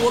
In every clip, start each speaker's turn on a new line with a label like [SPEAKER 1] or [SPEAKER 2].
[SPEAKER 1] 锅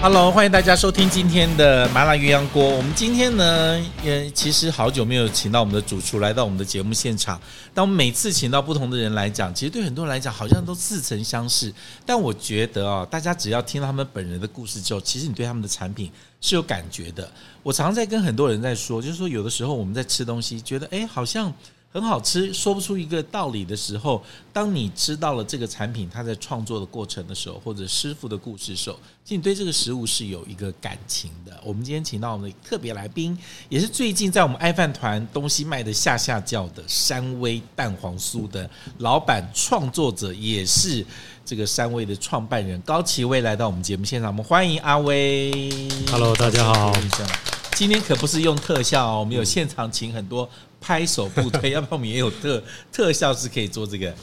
[SPEAKER 1] Hello，欢迎大家收听今天的麻辣鸳鸯锅。我们今天呢，也其实好久没有请到我们的主厨来到我们的节目现场。但我们每次请到不同的人来讲，其实对很多人来讲好像都似曾相识。但我觉得啊、哦，大家只要听到他们本人的故事之后，其实你对他们的产品是有感觉的。我常在跟很多人在说，就是说有的时候我们在吃东西，觉得哎好像。很好吃，说不出一个道理的时候，当你知道了这个产品它在创作的过程的时候，或者师傅的故事的时候，其实你对这个食物是有一个感情的。我们今天请到我们的特别来宾，也是最近在我们爱饭团东西卖的下下叫的山威蛋黄酥的老板、创作者，也是这个山威的创办人高奇威来到我们节目现场，我们欢迎阿威。
[SPEAKER 2] Hello，大家好。
[SPEAKER 1] 今天可不是用特效哦，我们有现场请很多。拍手不 推，要不然我们也有特特效是可以做这个。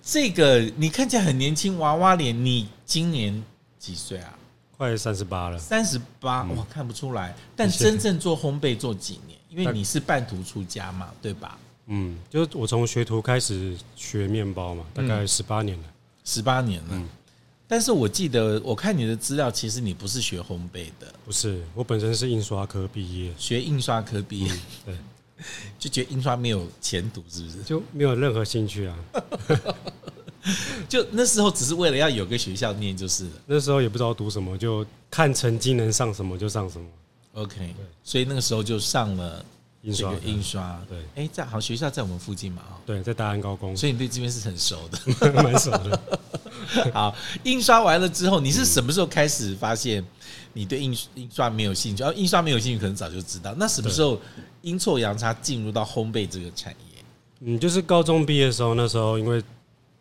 [SPEAKER 1] 这个你看起来很年轻，娃娃脸。你今年几岁啊？
[SPEAKER 2] 快三十八了。
[SPEAKER 1] 三十八，
[SPEAKER 2] 嗯
[SPEAKER 1] 我看不出来。但真正做烘焙做几年？因为你是半途出家嘛，对吧？
[SPEAKER 2] 嗯，就是我从学徒开始学面包嘛，大概十八年了。
[SPEAKER 1] 十八、嗯、年了。嗯、但是我记得我看你的资料，其实你不是学烘焙的。
[SPEAKER 2] 不是，我本身是印刷科毕业，
[SPEAKER 1] 学印刷科毕业、
[SPEAKER 2] 嗯。对。
[SPEAKER 1] 就觉得印刷没有前途，是不是？
[SPEAKER 2] 就没有任何兴 趣啊！
[SPEAKER 1] 就那时候只是为了要有个学校念，就是
[SPEAKER 2] 那时候也不知道读什么，就看成绩能上什么就上什么。
[SPEAKER 1] OK，所以那个时候就上了
[SPEAKER 2] 印刷，
[SPEAKER 1] 印刷
[SPEAKER 2] 对。
[SPEAKER 1] 哎、欸，在好学校在我们附近嘛？哦
[SPEAKER 2] 对，在大安高工，
[SPEAKER 1] 所以你对这边是很熟
[SPEAKER 2] 的，蛮熟的。
[SPEAKER 1] 好，印刷完了之后，你是什么时候开始发现？你对印印刷没有兴趣，哦，印刷没有兴趣，可能早就知道。那什么时候阴错阳差进入到烘焙这个产业？
[SPEAKER 2] 嗯，就是高中毕业的时候，那时候因为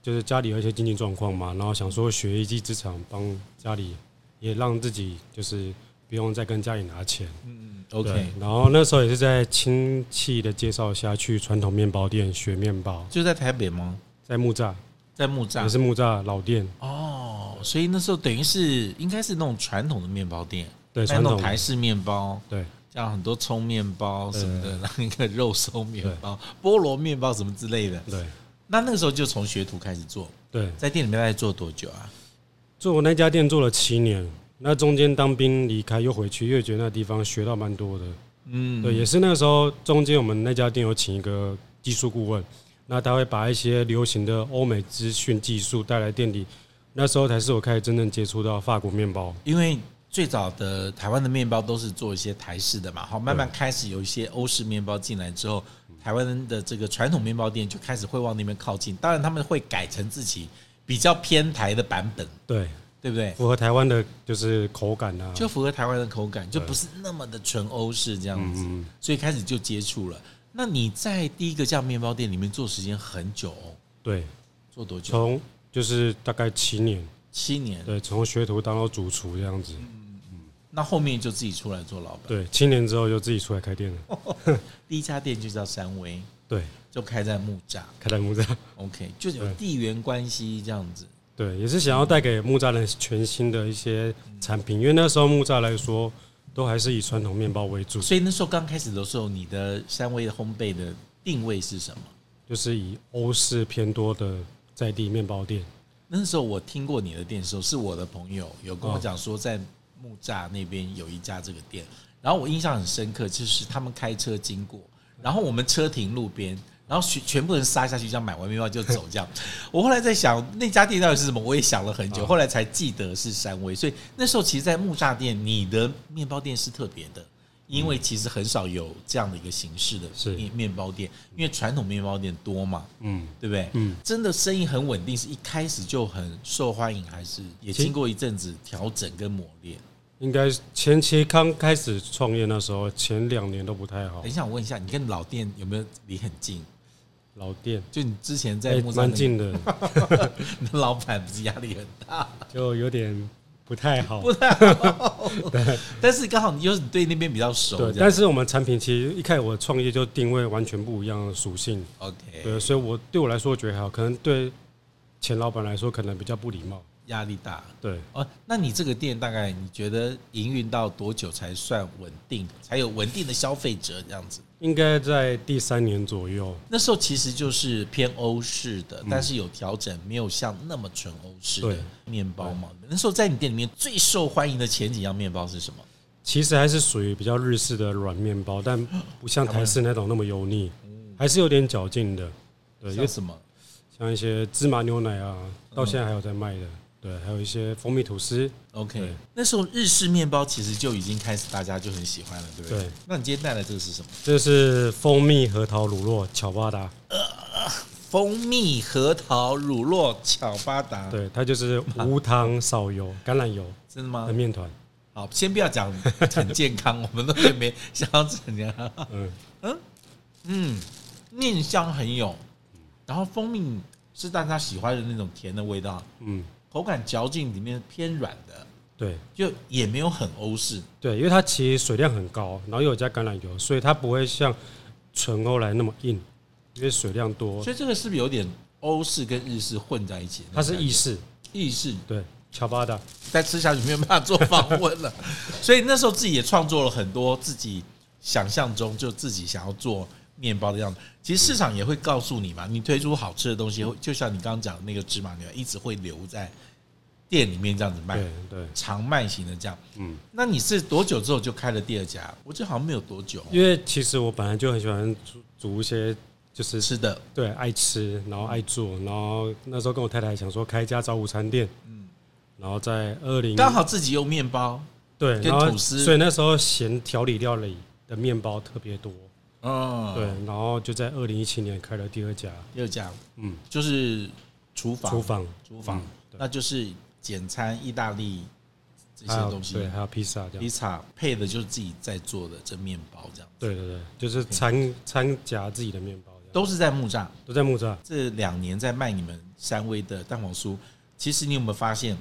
[SPEAKER 2] 就是家里有一些经济状况嘛，然后想说学一技之长，帮家里也让自己就是不用再跟家里拿钱。
[SPEAKER 1] 嗯嗯，OK。
[SPEAKER 2] 然后那时候也是在亲戚的介绍下去传统面包店学面包，
[SPEAKER 1] 就在台北吗？
[SPEAKER 2] 在木栅，
[SPEAKER 1] 在木栅
[SPEAKER 2] 也是木栅老店
[SPEAKER 1] 啊哦。所以那时候等于是应该是那种传统的面包店，
[SPEAKER 2] 对，
[SPEAKER 1] 那种台式面包，
[SPEAKER 2] 对，
[SPEAKER 1] 像很多葱面包什么的，那个肉松面包、菠萝面包什么之类的。
[SPEAKER 2] 对，
[SPEAKER 1] 那那个时候就从学徒开始做，
[SPEAKER 2] 对，
[SPEAKER 1] 在店里面大概做多久啊？
[SPEAKER 2] 做我那家店做了七年，那中间当兵离开又回去，又觉得那地方学到蛮多的，嗯，对，也是那个时候中间我们那家店有请一个技术顾问，那他会把一些流行的欧美资讯技术带来店里。那时候才是我开始真正接触到法国面包，
[SPEAKER 1] 因为最早的台湾的面包都是做一些台式的嘛，好，慢慢开始有一些欧式面包进来之后，台湾的这个传统面包店就开始会往那边靠近，当然他们会改成自己比较偏台的版本，
[SPEAKER 2] 对
[SPEAKER 1] 对不对？
[SPEAKER 2] 符合台湾的就是口感啊，
[SPEAKER 1] 就符合台湾的口感，就不是那么的纯欧式这样子，
[SPEAKER 2] 嗯
[SPEAKER 1] 所以开始就接触了。那你在第一个家面包店里面做时间很久、哦，
[SPEAKER 2] 对，
[SPEAKER 1] 做多久？
[SPEAKER 2] 从就是大概七年，
[SPEAKER 1] 七年
[SPEAKER 2] 对，从学徒当到主厨这样子。嗯
[SPEAKER 1] 嗯，那后面就自己出来做老板。
[SPEAKER 2] 对，七年之后就自己出来开店
[SPEAKER 1] 哦
[SPEAKER 2] 了。
[SPEAKER 1] 第一家店就叫三威，
[SPEAKER 2] 对，
[SPEAKER 1] 就开在木栅，
[SPEAKER 2] 开在木栅。
[SPEAKER 1] OK，就有地缘关系这样子。
[SPEAKER 2] 对，也是想要带给木栅人全新的一些产
[SPEAKER 1] 嗯
[SPEAKER 2] 品，因为那时候木栅来说，都还是以传统面包为主。
[SPEAKER 1] 所以那时候刚开始的时候，你的三威的烘焙的定位是什么？
[SPEAKER 2] 就是以欧式偏多的。在地面包店，
[SPEAKER 1] 那时候我听过你的店的时候，是我的朋友有跟我讲说，在木栅那边有一家这个店，然后我印象很深刻，就是他们开车经过，然后我们车停路边，然后全全部人杀下去，这样买完面包就走，这样。 我后来在想那家店到底是什么，我也想了很久，后来才记得是山威，所以那时候其实，在木栅店，你的面包店是特别的。因为其实很少有这样的一个形式的面面包店，因为传统面包店多嘛，嗯，对不对？嗯，真的生意很稳定，是一开始就很受欢迎，还是也经过一阵子调整跟磨练？
[SPEAKER 2] 应该前期刚开始创业那时候，前两年都不太好。
[SPEAKER 1] 等一下，我问一下，你跟老店有没有离很近？
[SPEAKER 2] 老店
[SPEAKER 1] 就你之前在木
[SPEAKER 2] 哎蛮近的，
[SPEAKER 1] 你 的老板不是压力很大，
[SPEAKER 2] 就有点。不太好，
[SPEAKER 1] 不太好。但是刚好你就是对那边比较熟。
[SPEAKER 2] 对，但是我们产品其实一开始我创业就定位完全不一样的属性。
[SPEAKER 1] OK。
[SPEAKER 2] 对，所以我对我来说我觉得还好，可能对前老板来说可能比较不礼貌。
[SPEAKER 1] 压力大
[SPEAKER 2] 对，
[SPEAKER 1] 哦。那你这个店大概你觉得营运到多久才算稳定，才有稳定的消费者这样子？
[SPEAKER 2] 应该在第三年左右。
[SPEAKER 1] 那时候其实就是偏欧式的，但是有调整，没有像那么纯欧式的
[SPEAKER 2] 嗯对
[SPEAKER 1] 面包嘛。那时候在你店里面最受欢迎的前几样面包是什么？
[SPEAKER 2] 其实还是属于比较日式的软面包，但不像台式那种那么油腻，还是有点嚼劲的。对，因
[SPEAKER 1] 像
[SPEAKER 2] 为
[SPEAKER 1] 什么？
[SPEAKER 2] 像一些芝麻牛奶啊，到现在还有在卖的。对，还有一些蜂蜜吐司。
[SPEAKER 1] OK，
[SPEAKER 2] 对
[SPEAKER 1] 那时候日式面包其实就已经开始大家就很喜欢了，对不对？
[SPEAKER 2] 对
[SPEAKER 1] 那你今天带来这个是什么？
[SPEAKER 2] 这是蜂蜜核桃乳酪巧巴达，
[SPEAKER 1] 蜂蜜核桃乳酪巧巴达，
[SPEAKER 2] 对，它就是无糖少油、橄榄油
[SPEAKER 1] 真的吗
[SPEAKER 2] 的？面团。
[SPEAKER 1] 好，先不要讲很健 康，我们都也没想要怎样。
[SPEAKER 2] 嗯，
[SPEAKER 1] 嗯，面香很有，然后蜂蜜是大家喜欢的那种甜的味道，
[SPEAKER 2] 嗯，
[SPEAKER 1] 口感嚼劲里面偏软的，
[SPEAKER 2] 对
[SPEAKER 1] 就也没有很欧式。
[SPEAKER 2] 对，因为它其实水量很高，然后又有加橄榄油，所以它不会像纯欧来那么硬，因为水量多
[SPEAKER 1] 所。以这个是不是有点欧式跟日式混在一起？
[SPEAKER 2] 它是意式，
[SPEAKER 1] 意式，
[SPEAKER 2] 对，巧巴达，
[SPEAKER 1] 再吃下去没有办法做访问了。 所以那时候自己也创作了很多自己想象中就自己想要做面包的样子。其实市场也会告诉你嘛，你推出好吃的东西，就像你刚刚讲的那个芝麻牛，一直会留在店里面这样子卖
[SPEAKER 2] 对，对，
[SPEAKER 1] 常卖型的这样。
[SPEAKER 2] 嗯，
[SPEAKER 1] 那你是多久之后就开了第二家？我记得好像没有多久。
[SPEAKER 2] 因为其实我本来就很喜欢煮煮一些就是
[SPEAKER 1] 哦吃的，
[SPEAKER 2] 对，爱吃，然后爱做，然后那时候跟我太太想说开一家早午餐店，
[SPEAKER 1] 嗯
[SPEAKER 2] 然后在二零
[SPEAKER 1] 刚好自己有面包，
[SPEAKER 2] 对，
[SPEAKER 1] 跟
[SPEAKER 2] 然后
[SPEAKER 1] 吐司
[SPEAKER 2] 所以那时候嫌调理料理的面包特别多，
[SPEAKER 1] 嗯，
[SPEAKER 2] 对，，然后就在二零一七年开了第二家，
[SPEAKER 1] 第二家
[SPEAKER 2] 嗯，
[SPEAKER 1] 就是厨房，
[SPEAKER 2] 厨，房，嗯
[SPEAKER 1] 厨房，
[SPEAKER 2] 对
[SPEAKER 1] 那就是简餐、意大利这些
[SPEAKER 2] 还有
[SPEAKER 1] 东西，
[SPEAKER 2] 啊对，还有披萨这
[SPEAKER 1] 披
[SPEAKER 2] 样，
[SPEAKER 1] 萨配的就是自己在做的这面包，这样
[SPEAKER 2] 对对对，就是掺掺夹自己的面包这样，
[SPEAKER 1] 都是在木栅。
[SPEAKER 2] 都在木栅，
[SPEAKER 1] 这两年在卖你们三味的蛋黄酥，其实你有没有发现？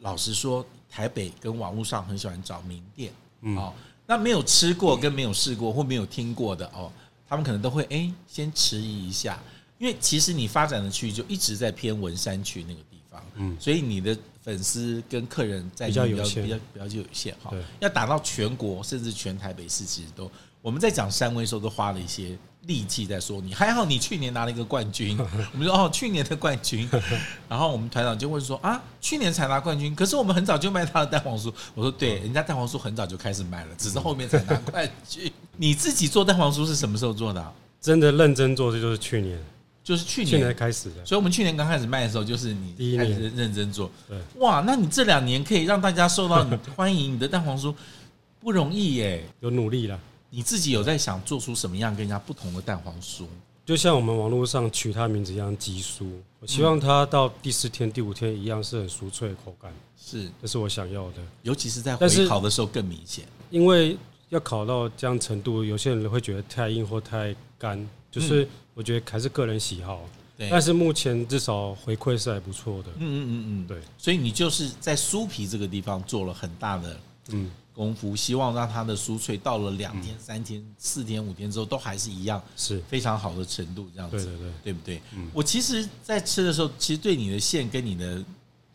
[SPEAKER 1] 老实说，台北跟网络上很喜欢找名店，
[SPEAKER 2] 嗯
[SPEAKER 1] 哦，那没有吃过跟没有试过或没有听过的哦，他们可能都会哎、先迟疑一下，因为其实你发展的区域就一直在偏文山区那个地方，
[SPEAKER 2] 嗯
[SPEAKER 1] 所以你的粉丝跟客人在
[SPEAKER 2] 比较
[SPEAKER 1] 你
[SPEAKER 2] 有限
[SPEAKER 1] 比较比较就有限哈
[SPEAKER 2] 对，
[SPEAKER 1] 要打到全国甚至全台北市，其实都我们在讲三威的时候都花了一些力气在说你，还好你去年拿了一个冠军， 我们说哦去年的冠军，然后我们团长就问说啊去年才拿冠军，可是我们很早就卖他的蛋黄酥，我说对，人家蛋黄酥很早就开始卖了，
[SPEAKER 2] 嗯
[SPEAKER 1] 只是后面才拿冠军。 你自己做蛋黄酥是什么时候做的啊、
[SPEAKER 2] 真的认真做，这就是去年，
[SPEAKER 1] 就是去
[SPEAKER 2] 去
[SPEAKER 1] 年
[SPEAKER 2] 年开始的，
[SPEAKER 1] 所以我们去年刚开始卖的时候，就是你
[SPEAKER 2] 第一
[SPEAKER 1] 开
[SPEAKER 2] 年
[SPEAKER 1] 始认真做
[SPEAKER 2] 对，
[SPEAKER 1] 哇，那你这两年可以让大家受到 你欢迎你的蛋黄酥，不容易耶。
[SPEAKER 2] 有努力了。
[SPEAKER 1] 你自己有在想做出什么样跟人家不同的蛋黄酥？
[SPEAKER 2] 就像我们网络上取它名字一样，极酥。我希望它到第四天、第五天一样是很酥脆的口感，
[SPEAKER 1] 是，
[SPEAKER 2] 这是我想要的。
[SPEAKER 1] 尤其是在
[SPEAKER 2] 但是
[SPEAKER 1] 回烤的时候更明显。
[SPEAKER 2] 因为要烤到这样程度，有些人会觉得太硬或太干，就是我觉得还是个人喜好。
[SPEAKER 1] 嗯对，
[SPEAKER 2] 但
[SPEAKER 1] 嗯
[SPEAKER 2] 是目前至少回馈是还不错的。
[SPEAKER 1] 嗯嗯嗯，
[SPEAKER 2] 对。
[SPEAKER 1] 所以你就是在酥皮这个地方做了很大的
[SPEAKER 2] 嗯，
[SPEAKER 1] 功夫，希望让它的酥脆到了两天、三天、四天、五天之后，都还是一样
[SPEAKER 2] 是
[SPEAKER 1] 非常好的程度，这样子。
[SPEAKER 2] 对对嗯对，
[SPEAKER 1] 对不对？我其实，在吃的时候，其实对你的馅跟你的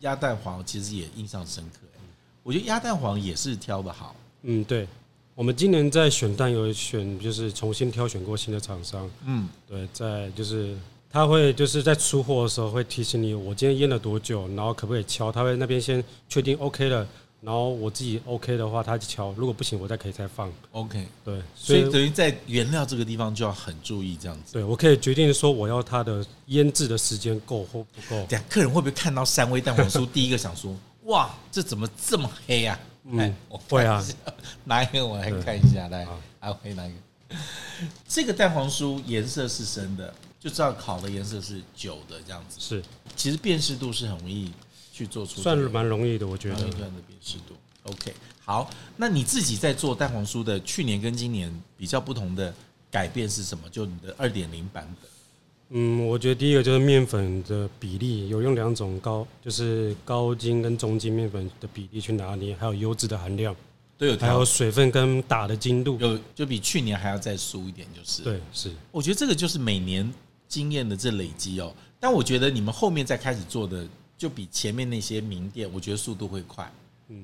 [SPEAKER 1] 鸭蛋黄，其实也印象深刻。哎我觉得鸭蛋黄也是挑的好，
[SPEAKER 2] 嗯对。我们今年在选蛋有选，就是重新挑选过新的厂商，
[SPEAKER 1] 嗯，
[SPEAKER 2] 对，在就是他会就是在出货的时候会提醒你，我今天腌了多久，然后可不可以敲，他会那边先确定 OK 了，然后我自己 OK 的话，他就敲，如果不行，我再可以再放。
[SPEAKER 1] ，OK。
[SPEAKER 2] 对，
[SPEAKER 1] 所
[SPEAKER 2] 所
[SPEAKER 1] 以
[SPEAKER 2] 以
[SPEAKER 1] 等于在原料这个地方就要很注意这样子。
[SPEAKER 2] 对我可以决定说我要它的腌制的时间够或不够。
[SPEAKER 1] 等下客人会不会看到三味蛋黄 酥，第一个想说：哇，这怎么这么黑啊？
[SPEAKER 2] 嗯
[SPEAKER 1] 哎我看
[SPEAKER 2] 会啊
[SPEAKER 1] 一下， 拿一个我来
[SPEAKER 2] 对
[SPEAKER 1] 看一下，来
[SPEAKER 2] 好，
[SPEAKER 1] 阿辉拿一个。这个蛋黄酥颜色是深的，就知道烤的颜色是久的这样子。
[SPEAKER 2] 是
[SPEAKER 1] 其实辨识度是很容易去做出的，
[SPEAKER 2] 算蛮容易的，我觉
[SPEAKER 1] 然后
[SPEAKER 2] 得
[SPEAKER 1] 一。段的辨识度。OK，好，那你自己在做蛋黄酥的，去年跟今年比较不同的改变是什么？就你的二点零版本，
[SPEAKER 2] 嗯，我觉得第一个就是面粉的比例，有用两种高，就是高筋跟中筋面粉的比例去拿捏，还有油脂的含量，
[SPEAKER 1] 都有
[SPEAKER 2] 还
[SPEAKER 1] 调
[SPEAKER 2] 有水分跟打的精度。
[SPEAKER 1] 有就比去年还要再酥一点，就是。，
[SPEAKER 2] 对，是。
[SPEAKER 1] 我觉得这个就是每年经验的这累积哦。但我觉得你们后面再开始做的，就比前面那些名店，我觉得速度会快。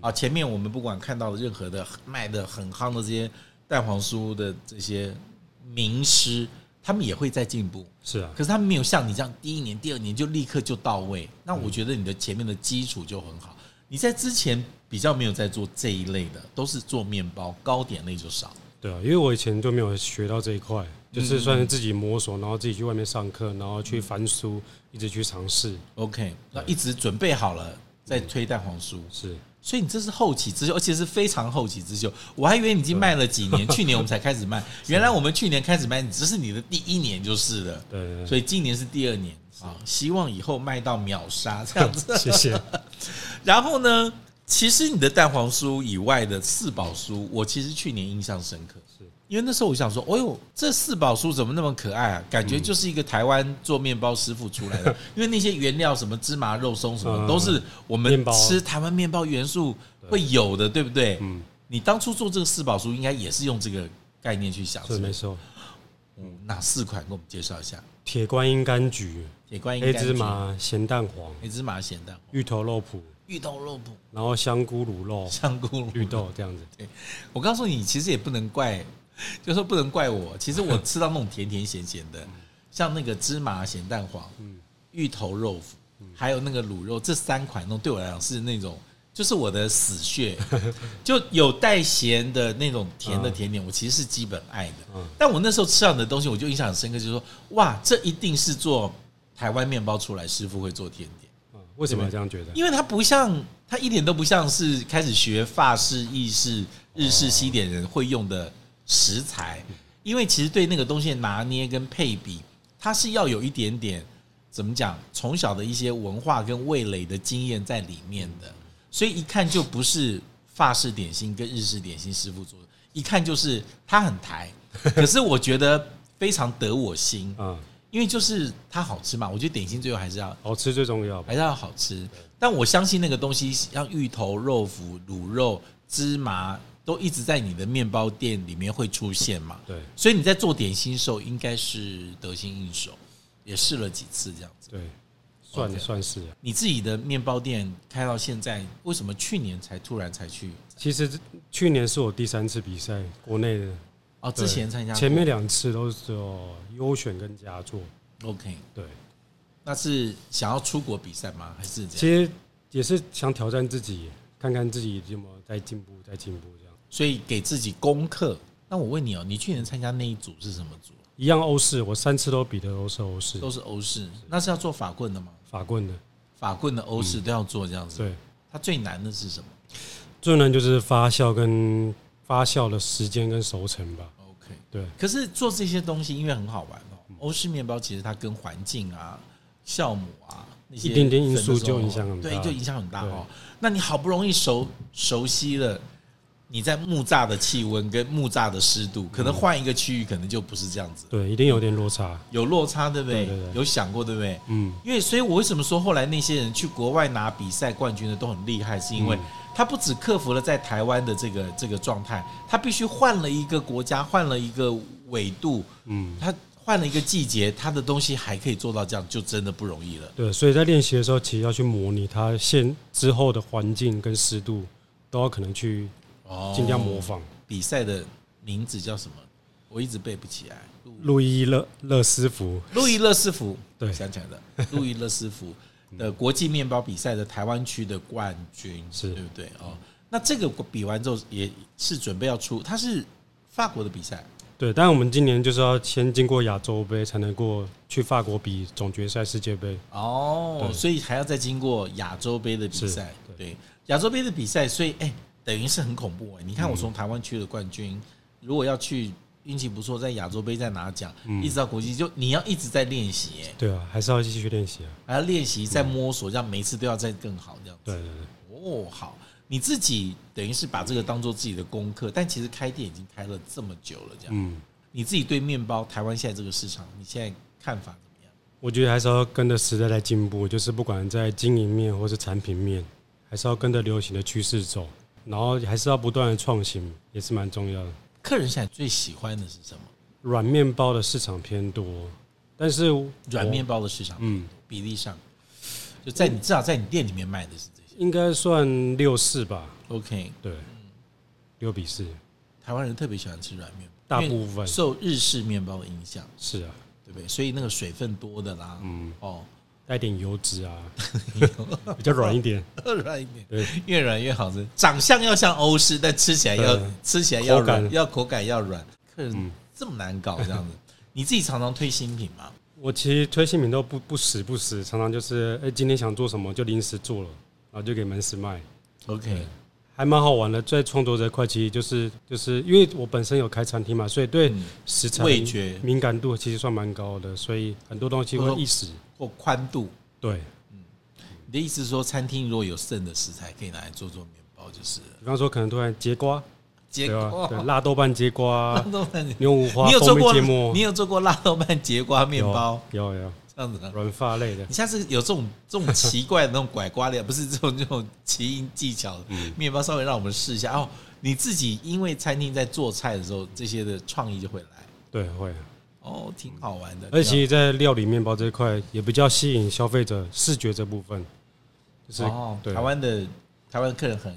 [SPEAKER 1] 啊，前面我们不管看到任何的卖的很夯的这些蛋黄酥的这些名师，他们也会在进步。
[SPEAKER 2] 是啊，
[SPEAKER 1] 可是他们没有像你这样第一年、第二年就立刻就到位。那我觉得你的前面的基础就很好。你在之前比较没有在做这一类的，都是做面包、糕点类就少。
[SPEAKER 2] 对啊，因为我以前就没有学到这一块，就是算是自己摸索，然后自己去外面上课，然后去翻书，一直去尝试。
[SPEAKER 1] OK，那一直准备好了再推蛋黄酥。
[SPEAKER 2] 是，
[SPEAKER 1] 所以你这是后起之秀，而且是非常后起之秀。我还以为你已经卖了几年，去年我们才开始卖。原来我们去年开始卖，只是你的第一年就是了。
[SPEAKER 2] 对对
[SPEAKER 1] 所以今年是第二年啊，希望以后卖到秒杀这样子。
[SPEAKER 2] 对谢谢。
[SPEAKER 1] 然后呢，其实你的蛋黄酥以外的四宝酥，我其实去年印象深刻，
[SPEAKER 2] 是
[SPEAKER 1] 因为那时候我想说，哎呦，这四宝酥怎么那么可爱啊？感觉就是一个台湾做面包师傅出 来的，因为那些原料什么芝麻肉松什么，
[SPEAKER 2] 嗯
[SPEAKER 1] 都是我们
[SPEAKER 2] 面包
[SPEAKER 1] 吃台湾面包元素会有的，对不对？
[SPEAKER 2] 嗯
[SPEAKER 1] 你当初做这个四宝酥，应该也是用这个概念去想，
[SPEAKER 2] 是
[SPEAKER 1] 是不
[SPEAKER 2] 没
[SPEAKER 1] 是？
[SPEAKER 2] 错。
[SPEAKER 1] 嗯哪四款给我们介绍一下？
[SPEAKER 2] 铁观音柑橘、
[SPEAKER 1] 铁观音
[SPEAKER 2] 黑
[SPEAKER 1] 柑橘
[SPEAKER 2] 芝、麻、咸蛋黄、
[SPEAKER 1] 黑芝麻咸蛋黄、
[SPEAKER 2] 芋头肉脯，
[SPEAKER 1] 芋头肉脯、
[SPEAKER 2] 然后香菇卤肉、
[SPEAKER 1] 香菇
[SPEAKER 2] 绿豆这样子。
[SPEAKER 1] 我告诉你，其实也不能怪，就说不能怪我。其实我吃到那种甜甜咸咸的，像那个芝麻咸蛋黄、芋头肉脯，还有那个卤肉，这三款弄对我来讲是那种。就是我的死穴，就有带咸的那种甜的甜点，我其实是基本爱的。
[SPEAKER 2] 嗯
[SPEAKER 1] 但我那时候吃到你的东西，我就印象很深刻，就是说，哇，这一定是做台湾面包出来师傅会做甜点。
[SPEAKER 2] 嗯为什么要这样觉得？
[SPEAKER 1] 因为它不像，它一点都不像是开始学法式、意式、日式、西点人会用的食材，因为其实对那个东西的拿捏跟配比，它是要有一点点怎么讲，从小的一些文化跟味蕾的经验在里面的，所以一看就不是法式点心跟日式点心师傅做的，一看就是它很台，可是我觉得非常得我心，
[SPEAKER 2] 嗯，
[SPEAKER 1] 因为就是它好吃嘛，我觉得点心最后还是要
[SPEAKER 2] 好吃最重要吧。
[SPEAKER 1] 还是要好吃。但我相信那个东西，像芋头、肉脯、卤肉、芝麻，都一直在你的面包店里面会出现嘛。
[SPEAKER 2] 对
[SPEAKER 1] 所以你在做点心的时候，应该是得心应手，也试了几次这样子。
[SPEAKER 2] 对，算
[SPEAKER 1] OK
[SPEAKER 2] 算是啊。
[SPEAKER 1] 你自己的面包店开到现在，为什么去年才突然才去？
[SPEAKER 2] 其实去年是我第三次比赛，国内的，
[SPEAKER 1] 哦，
[SPEAKER 2] 对
[SPEAKER 1] 之前参加过
[SPEAKER 2] 前面两次都是有优选跟佳作。
[SPEAKER 1] OK，
[SPEAKER 2] 对，
[SPEAKER 1] 那是想要出国比赛吗？还是这
[SPEAKER 2] 其
[SPEAKER 1] 样？
[SPEAKER 2] 实也是想挑战自己，看看自己有没有在进步，在进步这样。
[SPEAKER 1] 所以给自己功课。那我问你哦，你去年参加那一组是什么组？
[SPEAKER 2] 一样欧式，我三次都比的都是欧式
[SPEAKER 1] 都是欧式，那是要做法棍的吗？
[SPEAKER 2] 法棍的。
[SPEAKER 1] 法棍的欧式都要做这样子。
[SPEAKER 2] 嗯对，
[SPEAKER 1] 它最难的是什么
[SPEAKER 2] 最难就是发酵跟发酵的时间跟熟成吧。
[SPEAKER 1] ？OK，
[SPEAKER 2] 对，
[SPEAKER 1] 可是做这些东西因为很好玩
[SPEAKER 2] 嗯
[SPEAKER 1] 哦。欧式面包其实它跟环境啊、酵母啊那些
[SPEAKER 2] 一点点因素
[SPEAKER 1] 粉的时候
[SPEAKER 2] 就影响很大
[SPEAKER 1] 对，就影响很大哦。那你好不容易熟熟悉了。你在木栅的气温跟木栅的湿度，
[SPEAKER 2] 嗯
[SPEAKER 1] 可能换一个区域，可能就不是这样子，
[SPEAKER 2] 对，一定有点落差。
[SPEAKER 1] 有落差，对不对？
[SPEAKER 2] 对对对
[SPEAKER 1] 有想过，对不对？
[SPEAKER 2] 嗯，
[SPEAKER 1] 因为，所以我为什么说后来那些人去国外拿比赛冠军的都很厉害，是因为他不只克服了在台湾的这个这个状态，他必须换了一个国家，换了一个纬度，
[SPEAKER 2] 嗯，
[SPEAKER 1] 他换了一个季节，他的东西还可以做到这样，就真的不容易了。
[SPEAKER 2] 对，所以在练习的时候，其实要去模拟它现之后的环境跟湿度，都要可能去
[SPEAKER 1] 哦
[SPEAKER 2] 尽量模仿。
[SPEAKER 1] 比赛的名字叫什么？我一直背不起来。
[SPEAKER 2] 路易勒勒斯福，
[SPEAKER 1] 路易勒斯福，
[SPEAKER 2] 对
[SPEAKER 1] 想起来了，路易勒斯福的国际面包比赛的台湾区的冠军，
[SPEAKER 2] 是
[SPEAKER 1] 对不对？哦，那这个比完之后也是准备要出，它是法国的比赛，
[SPEAKER 2] 对，但我们今年就是要先经过亚洲杯，才能过去法国比总决赛、世界杯。
[SPEAKER 1] 哦，
[SPEAKER 2] 对
[SPEAKER 1] 所以还要再经过亚洲杯的比赛，
[SPEAKER 2] 是
[SPEAKER 1] 对，亚洲杯的比赛，所以哎、等于是很恐怖哎、你看我从台湾区的冠军，如果要去运气不错，在亚洲杯再拿奖，
[SPEAKER 2] 嗯
[SPEAKER 1] 一直到国际，就你要一直在练习哎、
[SPEAKER 2] 对啊，还是要继续练习啊。
[SPEAKER 1] 还要练习再摸索，这样每一次都要再更好这样子。
[SPEAKER 2] 对对对，
[SPEAKER 1] 哦，好，你自己等于是把这个当做自己的功课，但其实开店已经开了这么久了，这样，
[SPEAKER 2] 嗯，
[SPEAKER 1] 你自己对面包台湾现在这个市场，你现在看法怎么样？
[SPEAKER 2] 我觉得还是要跟着时代在进步，就是不管在经营面或是产品面，还是要跟着流行的趋势走，然后还是要不断的创新，也是蛮重要的。
[SPEAKER 1] 客人现在最喜欢的是什么？
[SPEAKER 2] 软面包的市场偏多，但是
[SPEAKER 1] 软
[SPEAKER 2] 我
[SPEAKER 1] 面包的市场
[SPEAKER 2] 嗯，
[SPEAKER 1] 比例上，就在你至少在你店里面卖的是这些。
[SPEAKER 2] 应该算六四吧，
[SPEAKER 1] OK，
[SPEAKER 2] 对，六比四，
[SPEAKER 1] 台湾人特别喜欢吃软面，
[SPEAKER 2] 大
[SPEAKER 1] 因为
[SPEAKER 2] 部分
[SPEAKER 1] 受日式面包的影响，
[SPEAKER 2] 是啊，
[SPEAKER 1] 对不对？所以那个水分多的啦，
[SPEAKER 2] 嗯，
[SPEAKER 1] 哦，
[SPEAKER 2] 带点油脂啊， 比较软一点，
[SPEAKER 1] 软一点，
[SPEAKER 2] 对，
[SPEAKER 1] 越软越好吃。长相要像欧式，但吃起来要
[SPEAKER 2] 对
[SPEAKER 1] 吃起来要
[SPEAKER 2] 口感
[SPEAKER 1] 软，要口感要软。客人
[SPEAKER 2] 嗯
[SPEAKER 1] 这么难搞，这样子， 你自己常常推新品吗？
[SPEAKER 2] 我其实推新品都不不时不时，常常就是哎、今天想做什么就临时做了，然后就给门市卖，
[SPEAKER 1] OK，
[SPEAKER 2] 还蛮好玩的。在创作这块，其实就是就是因为我本身有开餐厅嘛，所以对
[SPEAKER 1] 嗯
[SPEAKER 2] 食材
[SPEAKER 1] 味觉
[SPEAKER 2] 敏感度其实算蛮高的，所以很多东西
[SPEAKER 1] 我说
[SPEAKER 2] 会一时
[SPEAKER 1] 或宽度，
[SPEAKER 2] 对。
[SPEAKER 1] 你的意思是说，餐厅如果有剩的食材，可以拿来做做面包，就是了
[SPEAKER 2] 比方说，可能突然节瓜，
[SPEAKER 1] 结
[SPEAKER 2] 对吧？对，
[SPEAKER 1] 果
[SPEAKER 2] 辣豆瓣节瓜 啊
[SPEAKER 1] 辣、豆瓣， 你
[SPEAKER 2] 牛五花、
[SPEAKER 1] 有做
[SPEAKER 2] 蜂蜜
[SPEAKER 1] 过
[SPEAKER 2] 芥末
[SPEAKER 1] 你、有做过辣豆瓣节瓜面包
[SPEAKER 2] 有啊有
[SPEAKER 1] 这样子啊的
[SPEAKER 2] 有？啊软发类的
[SPEAKER 1] 你，下次有这种 这种奇怪的那种拐瓜的，不是这种这种奇音技巧的面包，稍微让我们试一下哦。你自己因为餐厅在做菜的时候，这些的创意就会来
[SPEAKER 2] 对会。
[SPEAKER 1] 哦，挺好玩的。
[SPEAKER 2] 嗯而且其实在料理面包这一块也比较吸引消费者视觉这部分，就是、
[SPEAKER 1] 哦，
[SPEAKER 2] 对
[SPEAKER 1] 台湾的台湾客人很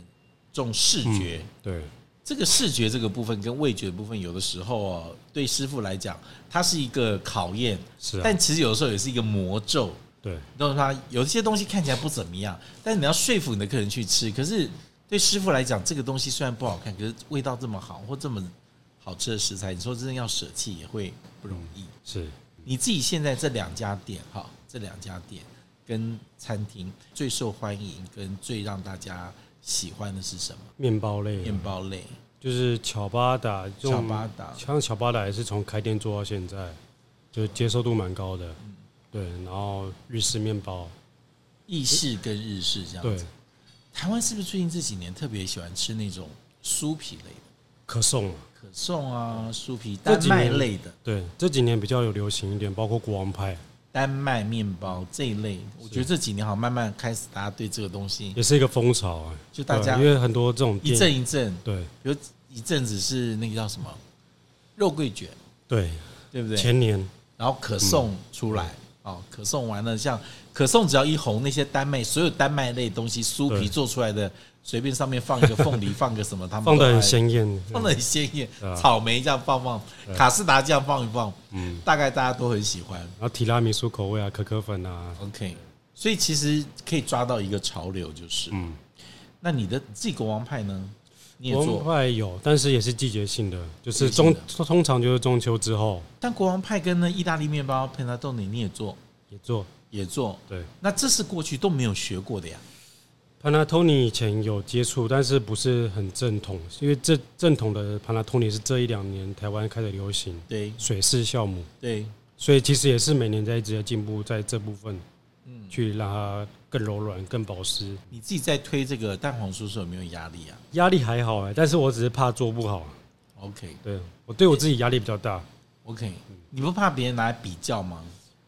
[SPEAKER 1] 重视觉，
[SPEAKER 2] 嗯对
[SPEAKER 1] 这个视觉这个部分跟味觉的部分，有的时候哦，对师傅来讲，它是一个考验，
[SPEAKER 2] 是啊
[SPEAKER 1] 但，其实有的时候也是一个魔咒。
[SPEAKER 2] 对
[SPEAKER 1] 你懂吗？有些东西看起来不怎么样，但你要说服你的客人去吃。可是对师傅来讲，这个东西虽然不好看，可是味道这么好或这么好吃的食材，你说真的要舍弃也会不容易。
[SPEAKER 2] 是
[SPEAKER 1] 你自己现在这两家店哈，这两家店跟餐厅最受欢迎跟最让大家喜欢的是什么？
[SPEAKER 2] 面包类啊、
[SPEAKER 1] 面包类，
[SPEAKER 2] 就是巧巴达，这种
[SPEAKER 1] 小巴达
[SPEAKER 2] 像巧巴达也是从开店做到现在，就接受度蛮高的。对，然后日式面包，
[SPEAKER 1] 意式跟日式这样
[SPEAKER 2] 对
[SPEAKER 1] 子。，台湾是不是最近这几年特别喜欢吃那种酥皮类的，
[SPEAKER 2] 可颂嘛，
[SPEAKER 1] 可颂啊、酥皮、
[SPEAKER 2] 这
[SPEAKER 1] 丹
[SPEAKER 2] 几
[SPEAKER 1] 麦
[SPEAKER 2] 年
[SPEAKER 1] 类的？
[SPEAKER 2] 对，这几年比较有流行一点，包括国王派
[SPEAKER 1] 丹麦面包这一类，我觉得这几年好像慢慢开始，大家对这个东西
[SPEAKER 2] 也是一个风潮啊，
[SPEAKER 1] 就大家
[SPEAKER 2] 对因为很多这种
[SPEAKER 1] 一
[SPEAKER 2] 店，
[SPEAKER 1] 阵一阵，
[SPEAKER 2] 对
[SPEAKER 1] 比如一阵子是那个叫什么肉桂卷，
[SPEAKER 2] 对，
[SPEAKER 1] 对不对？
[SPEAKER 2] 前嗯年
[SPEAKER 1] 然后可颂出来，哦，可颂完了，像可颂只要一红，那些丹麦所有丹麦类东西酥皮
[SPEAKER 2] 对
[SPEAKER 1] 做出来的，随便上面放一个凤梨，放个什么，他们
[SPEAKER 2] 放
[SPEAKER 1] 都
[SPEAKER 2] 的很
[SPEAKER 1] 爱
[SPEAKER 2] 鲜艳，
[SPEAKER 1] 放的很鲜艳
[SPEAKER 2] 对，啊
[SPEAKER 1] 草莓这样放放，
[SPEAKER 2] 对
[SPEAKER 1] 卡士达这样放一放，
[SPEAKER 2] 嗯，
[SPEAKER 1] 大概大家都很喜欢。
[SPEAKER 2] 然后提拉米苏口味啊，可可粉啊，
[SPEAKER 1] OK，所以其实可以抓到一个潮流，就是。
[SPEAKER 2] 嗯，
[SPEAKER 1] 那你的自己国王派呢？你也
[SPEAKER 2] 国王
[SPEAKER 1] 做，
[SPEAKER 2] 派有，但是也是季节性的，就是
[SPEAKER 1] 季节性
[SPEAKER 2] 中
[SPEAKER 1] 的
[SPEAKER 2] 通常就是中秋之后
[SPEAKER 1] 但国王派跟那意大利面包、培纳豆泥你也做，
[SPEAKER 2] 也做。
[SPEAKER 1] 也做。
[SPEAKER 2] 对
[SPEAKER 1] 那这是过去都没有学过的呀。
[SPEAKER 2] ，Panatoni 以前有接触，但是不是很正统，因为这正统的 Panatoni 是这一两年台湾开始流行
[SPEAKER 1] 对
[SPEAKER 2] 水式酵母，
[SPEAKER 1] 对，
[SPEAKER 2] 所以其实也是每年在一直在进步，在这部分
[SPEAKER 1] 嗯，
[SPEAKER 2] 去让它更柔软、更保湿。
[SPEAKER 1] 你自己在推这个蛋黄酥的时候有没有压力啊
[SPEAKER 2] 压力还好哎、但是我只是怕做不好。啊
[SPEAKER 1] ？OK
[SPEAKER 2] 对我对我自己压力比较大，
[SPEAKER 1] OK，你不怕别人拿来比较吗？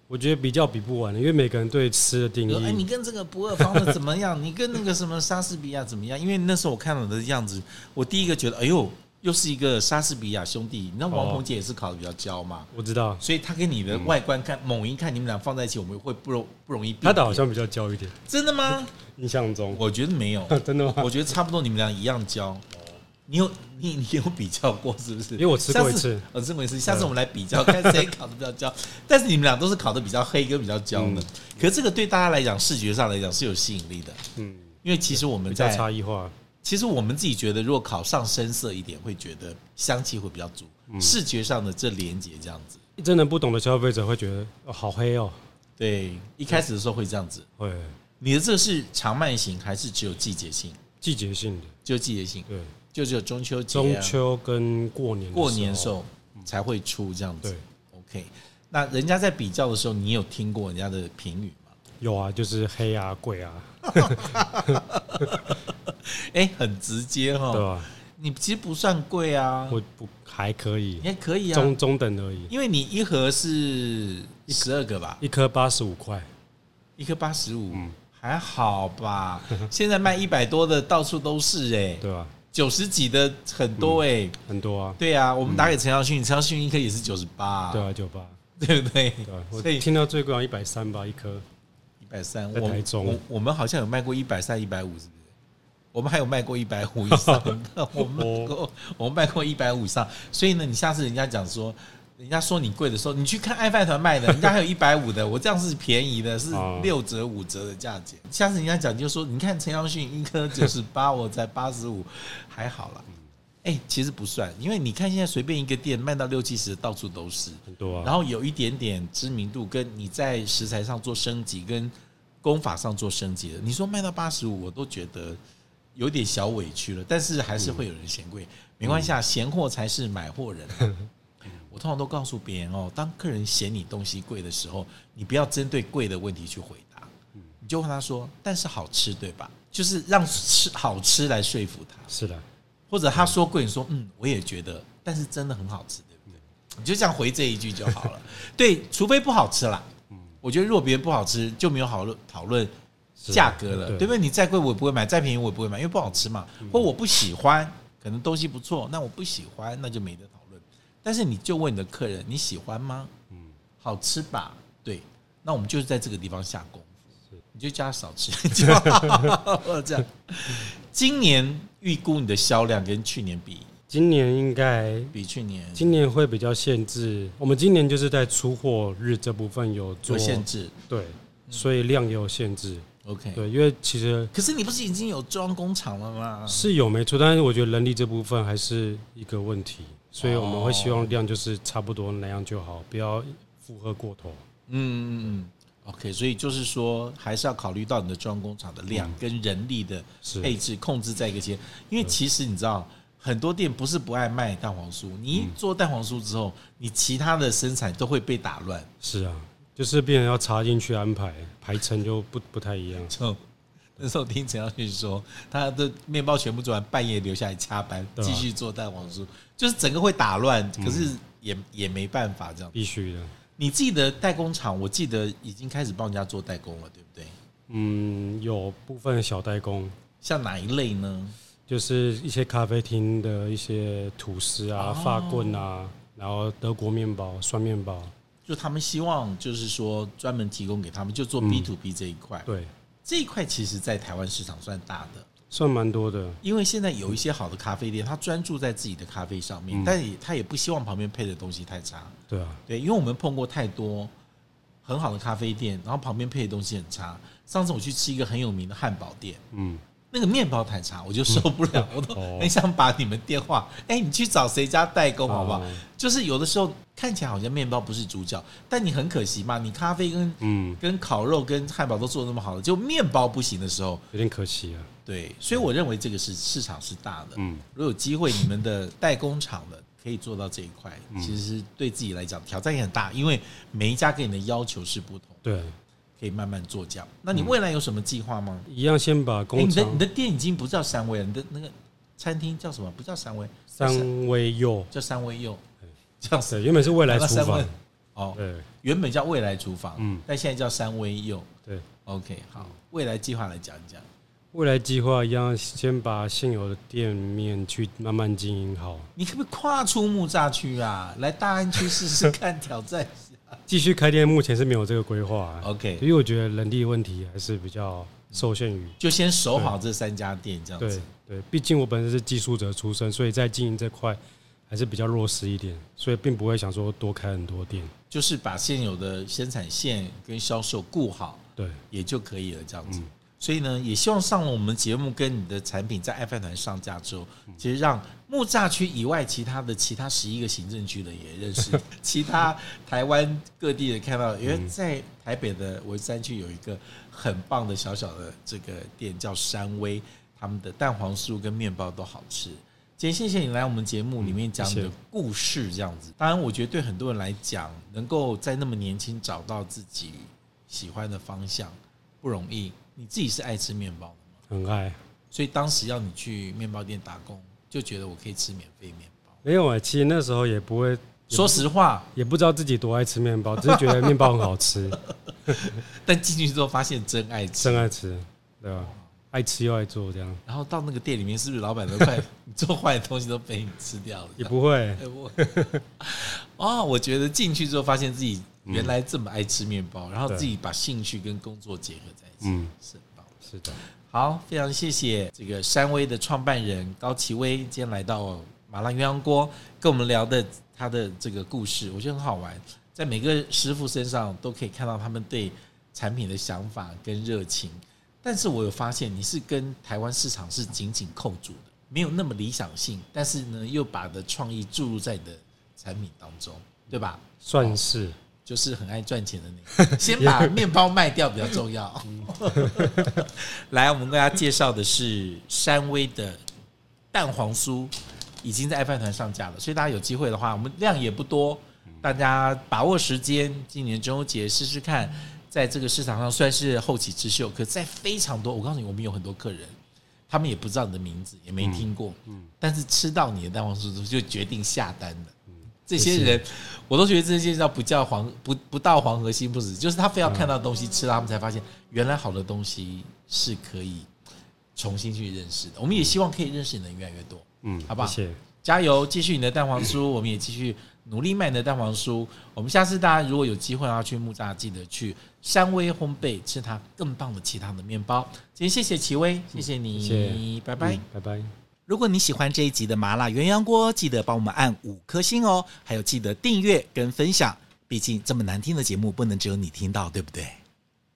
[SPEAKER 2] 我觉得比较比不完的，因为每个人对吃的定
[SPEAKER 1] 比如哎，
[SPEAKER 2] 义
[SPEAKER 1] 你跟这个不二方的怎么样？你跟那个什么莎士比亚怎么样？因为那时候我看了的样子，我第一个觉得，哎呦，又是一个莎士比亚兄弟。那王
[SPEAKER 2] 哦
[SPEAKER 1] 鹏杰也是考的比较焦嘛。
[SPEAKER 2] 我知道，
[SPEAKER 1] 所以他跟你的外观看，猛一看，你们俩放在一起，我们会不容不容易辨别。
[SPEAKER 2] 他的好像比较焦一点，
[SPEAKER 1] 真的 吗？
[SPEAKER 2] 印象中。
[SPEAKER 1] 我觉得没 有，
[SPEAKER 2] 真的吗？
[SPEAKER 1] 我觉得差不多，你们俩一样焦。你有你你有比较过是不是？
[SPEAKER 2] 因为我吃过一
[SPEAKER 1] 下次
[SPEAKER 2] 次，嗯
[SPEAKER 1] 我吃过一次。下次我们来比较，看谁烤的比较 焦。但是你们俩都是烤的比较黑跟比较焦的，可是这个对大家来讲，视觉上来讲是有吸引力的。
[SPEAKER 2] 嗯，
[SPEAKER 1] 因为其实我们
[SPEAKER 2] 比较
[SPEAKER 1] 在，
[SPEAKER 2] 差异化，
[SPEAKER 1] 其实我们自己觉得，如果烤上深色一点，会觉得香气会比较足，
[SPEAKER 2] 嗯
[SPEAKER 1] 视觉上的这连接这样子。
[SPEAKER 2] 真的不懂的消费者会觉得、哦、好黑哦，
[SPEAKER 1] 对，一开始的时候会这样子。
[SPEAKER 2] 会
[SPEAKER 1] 你的这个是长慢型还是只有季节性？
[SPEAKER 2] 季节性的，
[SPEAKER 1] 只有季节性，
[SPEAKER 2] 对，
[SPEAKER 1] 就只有中秋节、啊
[SPEAKER 2] 中、秋跟过年的
[SPEAKER 1] 过年的时
[SPEAKER 2] 时候，
[SPEAKER 1] 候才会出这样子。
[SPEAKER 2] 对，
[SPEAKER 1] OK，那人家在比较的时候，你有听过人家的评语吗？
[SPEAKER 2] 有啊，就是黑啊贵啊，
[SPEAKER 1] 哎、很直接
[SPEAKER 2] 对
[SPEAKER 1] 哈，
[SPEAKER 2] 吧？
[SPEAKER 1] 你其实不算贵啊，
[SPEAKER 2] 我不还可以
[SPEAKER 1] 你，还可以啊
[SPEAKER 2] 中，中等而已，
[SPEAKER 1] 因为你一盒是十二个吧，
[SPEAKER 2] 一颗八十五块，
[SPEAKER 1] 一颗八十五
[SPEAKER 2] 嗯，
[SPEAKER 1] 还好 吧？现在卖一百多的到处都是哎、
[SPEAKER 2] 对吧？
[SPEAKER 1] 九十几的很多哎、
[SPEAKER 2] 很多啊，
[SPEAKER 1] 对啊，我们打给陈耀迅，
[SPEAKER 2] 嗯
[SPEAKER 1] 陈耀迅一颗也是九十八，
[SPEAKER 2] 对啊，九八，
[SPEAKER 1] 对不对？
[SPEAKER 2] 对吧？我
[SPEAKER 1] 所以
[SPEAKER 2] 听到最贵好像一百三吧，一颗，
[SPEAKER 1] 一百三，
[SPEAKER 2] 在
[SPEAKER 1] 我
[SPEAKER 2] 台中
[SPEAKER 1] 我我们好像有卖过一百三、一百五，是不是？我们还有卖过一百五以 上的，我们卖
[SPEAKER 2] 哦
[SPEAKER 1] 过我们卖过一百五以上，所以呢，你下次人家讲说，人家说你贵的时候，你去看爱饭团卖的，人家还有一百五的，我这样是便宜的，是
[SPEAKER 2] 哦
[SPEAKER 1] 六折五折的价钱。下次人家讲就说，你看陈耀迅一颗九十八，我才八十五，还好
[SPEAKER 2] 嗯
[SPEAKER 1] 啦。哎、其实不算，因为你看现在随便一个店卖到六七十，到处都是。
[SPEAKER 2] 很多
[SPEAKER 1] 然
[SPEAKER 2] 啊，
[SPEAKER 1] 后有一点点知名度，跟你在食材上做升级，跟功法上做升级的，你说卖到八十五，我都觉得有点小委屈了。但是还是会有人嫌贵，没关系，啊，闲货才是买货人。啊我通常都告诉别人哦，当客人嫌你东西贵的时候，你不要针对贵的问题去回答，你就问他说：“但是好吃对吧？”就是让吃好吃来说服他。
[SPEAKER 2] 是的，
[SPEAKER 1] 或者他说贵，你说嗯，我也觉得，但是真的很好吃，对不对？你就这样回这一句就好了。对，除非不好吃啦。我觉得如果别人不好吃，就没有好论讨论
[SPEAKER 2] 是
[SPEAKER 1] 价格了，
[SPEAKER 2] 对嗯
[SPEAKER 1] 对不对？你再贵我也不会买，再便宜我也不会买，因为不好吃嘛。或我不喜欢，可能东西不错，那我不喜欢，那就没得讨论。但是你就问你的客人，你喜欢吗？
[SPEAKER 2] 嗯，
[SPEAKER 1] 好吃吧？对，那我们就是在这个地方下功夫
[SPEAKER 2] 是，
[SPEAKER 1] 你就叫他少吃就好了。 这样，今年预估你的销量跟去年比，
[SPEAKER 2] 今年应该
[SPEAKER 1] 比去年
[SPEAKER 2] 今年会比较限制，我们今年就是在出货日这部分有做
[SPEAKER 1] 有限，制。嗯
[SPEAKER 2] 对，所以量也有限制，
[SPEAKER 1] OK，
[SPEAKER 2] 对，因为其实
[SPEAKER 1] 可是你不是已经有装工厂了吗？
[SPEAKER 2] 是有没错，但是我觉得人力这部分还是一个问题，所以我们会希望量就是差不多那样就好，不要负荷过头。
[SPEAKER 1] 嗯嗯嗯。OK，所以就是说，还是要考虑到你的装工厂的量跟人力的
[SPEAKER 2] 嗯是
[SPEAKER 1] 配置控制在一个阶，因为其实你知道，很多店不是不爱卖蛋黄
[SPEAKER 2] 嗯
[SPEAKER 1] 酥，你一做蛋黄酥之后，你其他的生产都会被打乱。
[SPEAKER 2] 是啊，就是变成要插进去安排排程就不不太一样。
[SPEAKER 1] 就那时候听陈耀迅说，他的面包全部做完，半夜留下来加班，
[SPEAKER 2] 对啊嗯
[SPEAKER 1] 继续做蛋黄酥，就是整个会打乱，可是也、也没办法这样。
[SPEAKER 2] 必须的。
[SPEAKER 1] 你自己的代工厂，我记得已经开始帮人家做代工了，对不对？
[SPEAKER 2] 嗯，有部分小代工，
[SPEAKER 1] 像哪一类呢？
[SPEAKER 2] 就是一些咖啡厅的一些吐司啊、
[SPEAKER 1] 哦
[SPEAKER 2] 发棍啊，然后德国面包、酸面包，
[SPEAKER 1] 就他们希望，就是说专门提供给他们，就做 B to B 这一块。
[SPEAKER 2] 嗯对，
[SPEAKER 1] 这一块其实在台湾市场算大的，
[SPEAKER 2] 算蛮多的。
[SPEAKER 1] 因为现在有一些好的咖啡店，他专注在自己的咖啡上面，
[SPEAKER 2] 嗯
[SPEAKER 1] 但也他也不希望旁边配的东西太差。
[SPEAKER 2] 对啊，
[SPEAKER 1] 对，因为我们碰过太多很好的咖啡店，然后旁边配的东西很差。上次我去吃一个很有名的汉堡店，
[SPEAKER 2] 嗯，
[SPEAKER 1] 那个面包太差，我就受不了，我都
[SPEAKER 2] 哦
[SPEAKER 1] 很想把你们电话，哎、你去找谁家代工好不好？
[SPEAKER 2] 哦
[SPEAKER 1] 就是有的时候看起来好像面包不是主角，但你很可惜嘛，你咖啡跟
[SPEAKER 2] 嗯，
[SPEAKER 1] 跟烤肉跟汉堡都做得那么好了，就面包不行的时候，
[SPEAKER 2] 有点可惜啊。
[SPEAKER 1] 对，所以我认为这个是市场是大的。
[SPEAKER 2] 嗯，
[SPEAKER 1] 如果有机会，你们的代工厂的可以做到这一块，
[SPEAKER 2] 嗯
[SPEAKER 1] 其实对自己来讲挑战也很大，因为每一家给你的要求是不同，
[SPEAKER 2] 对，
[SPEAKER 1] 可以慢慢做这样。那你未来有什么计划吗？
[SPEAKER 2] 一样先把
[SPEAKER 1] 诶
[SPEAKER 2] 嗯工
[SPEAKER 1] 哎你的
[SPEAKER 2] 厂
[SPEAKER 1] 你的店已经不叫三威了，你的那个餐厅叫什么？不叫三威，是
[SPEAKER 2] 三微釉，
[SPEAKER 1] 叫三威 又，叫
[SPEAKER 2] 对，原本是未来厨
[SPEAKER 1] 三
[SPEAKER 2] 房
[SPEAKER 1] 威，哦，
[SPEAKER 2] 对
[SPEAKER 1] 原本叫未来厨房，
[SPEAKER 2] 嗯
[SPEAKER 1] 但现在叫三威又。
[SPEAKER 2] 对。
[SPEAKER 1] OK，好，未来计划来讲一讲。
[SPEAKER 2] 未来计划一样，先把现有的店面去慢慢经营好，
[SPEAKER 1] 你可不可以跨出木栅区啊，来大安区试试看，挑战一下
[SPEAKER 2] 继续开店目前是没有这个规划、啊，
[SPEAKER 1] 哦 OK，
[SPEAKER 2] 因为我觉得人力问题还是比较受限于
[SPEAKER 1] 就先守好这三家店这样
[SPEAKER 2] 对
[SPEAKER 1] 子。
[SPEAKER 2] 对，毕竟我本身是技术者出身，所以在经营这块还是比较弱势一点，所以并不会想说多开很多店。
[SPEAKER 1] 就是把现有的生产线跟销售顾好
[SPEAKER 2] 对，
[SPEAKER 1] 也就可以了，这样子。所以呢，也希望上了我们节目跟你的产品在爱饭团上架之后，其实让木栅区以外其他的其他十一个行政区的也认识，其他台湾各地的看到，因为在台北的文山区有一个很棒的小小的这个店叫山威，他们的蛋黄酥跟面包都好吃。今天谢谢你来我们节目里面讲你
[SPEAKER 2] 谢
[SPEAKER 1] 的
[SPEAKER 2] 谢
[SPEAKER 1] 故事，这样子。当然，我觉得对很多人来讲，能够在那么年轻找到自己喜欢的方向不容易。你自己是爱吃面包的吗？
[SPEAKER 2] 很爱
[SPEAKER 1] 所以当时要你去面包店打工，就觉得我可以吃免费面包。
[SPEAKER 2] 没有啊，其实那时候也不会，
[SPEAKER 1] 说实话，
[SPEAKER 2] 也不知道自己多爱吃面包，只 是觉得面包很好吃，
[SPEAKER 1] 但进去之后发现真爱吃
[SPEAKER 2] 真。爱吃，对吧？爱吃又爱做这样，
[SPEAKER 1] 然后到那个店里面，是不是老板都快你做坏的东西都被你吃掉了？
[SPEAKER 2] 也不会，
[SPEAKER 1] 哎 我哦，我觉得进去之后发现自己原来这么爱吃面包，然后
[SPEAKER 2] 对
[SPEAKER 1] 自己把兴趣跟工作结合在一起，
[SPEAKER 2] 嗯，
[SPEAKER 1] 是很棒。
[SPEAKER 2] 是的，
[SPEAKER 1] 好，非常谢谢这个山威的创办人高奇威，今天来到麻辣鸳鸯锅，跟我们聊的他的这个故事，我觉得很好玩。在每个师傅身上都可以看到他们对产品的想法跟热情，但是我有发现你是跟台湾市场是紧紧扣住的，没有那么理想性，但是呢又把的创意注入在你的产品当中，对吧？
[SPEAKER 2] 算是
[SPEAKER 1] 就是很爱赚钱的那 个，先把面包卖掉比较重要。 来，我们为大家介绍的是山威的蛋黄酥，已经在爱饭团上架了，所以大家有机会的话，我们量也不多，大家把握时间，今年中秋节试试看，在这个市场上虽然是后起之秀，可在非常多，我告诉你，我们有很多客人。他们也不知道你的名字，也没听过，但是吃到你的蛋黄酥之后，就决定下单了。这些人，我都觉得这些叫不叫黄不不到黄河心不死，就是他非要看到东西吃了，他们才发现原来好的东西是可以重新去认识的。我们也希望可以认识你的人越来越多，
[SPEAKER 2] 嗯，
[SPEAKER 1] 好不好
[SPEAKER 2] 谢谢，
[SPEAKER 1] 加油，继续你的蛋黄酥，我们也继续努力卖你的蛋黄酥。我们下次大家如果有机会要啊去木栅，记得去山威烘焙吃它更棒的其他的面包。今天谢谢奇威，谢谢你，
[SPEAKER 2] 谢
[SPEAKER 1] 拜拜。
[SPEAKER 2] 嗯拜拜。
[SPEAKER 1] 如果你喜欢这一集的麻辣鸳鸯锅，记得帮我们按五颗星哦，还有记得订阅跟分享，毕竟这么难听的节目不能只有你听到，对不对？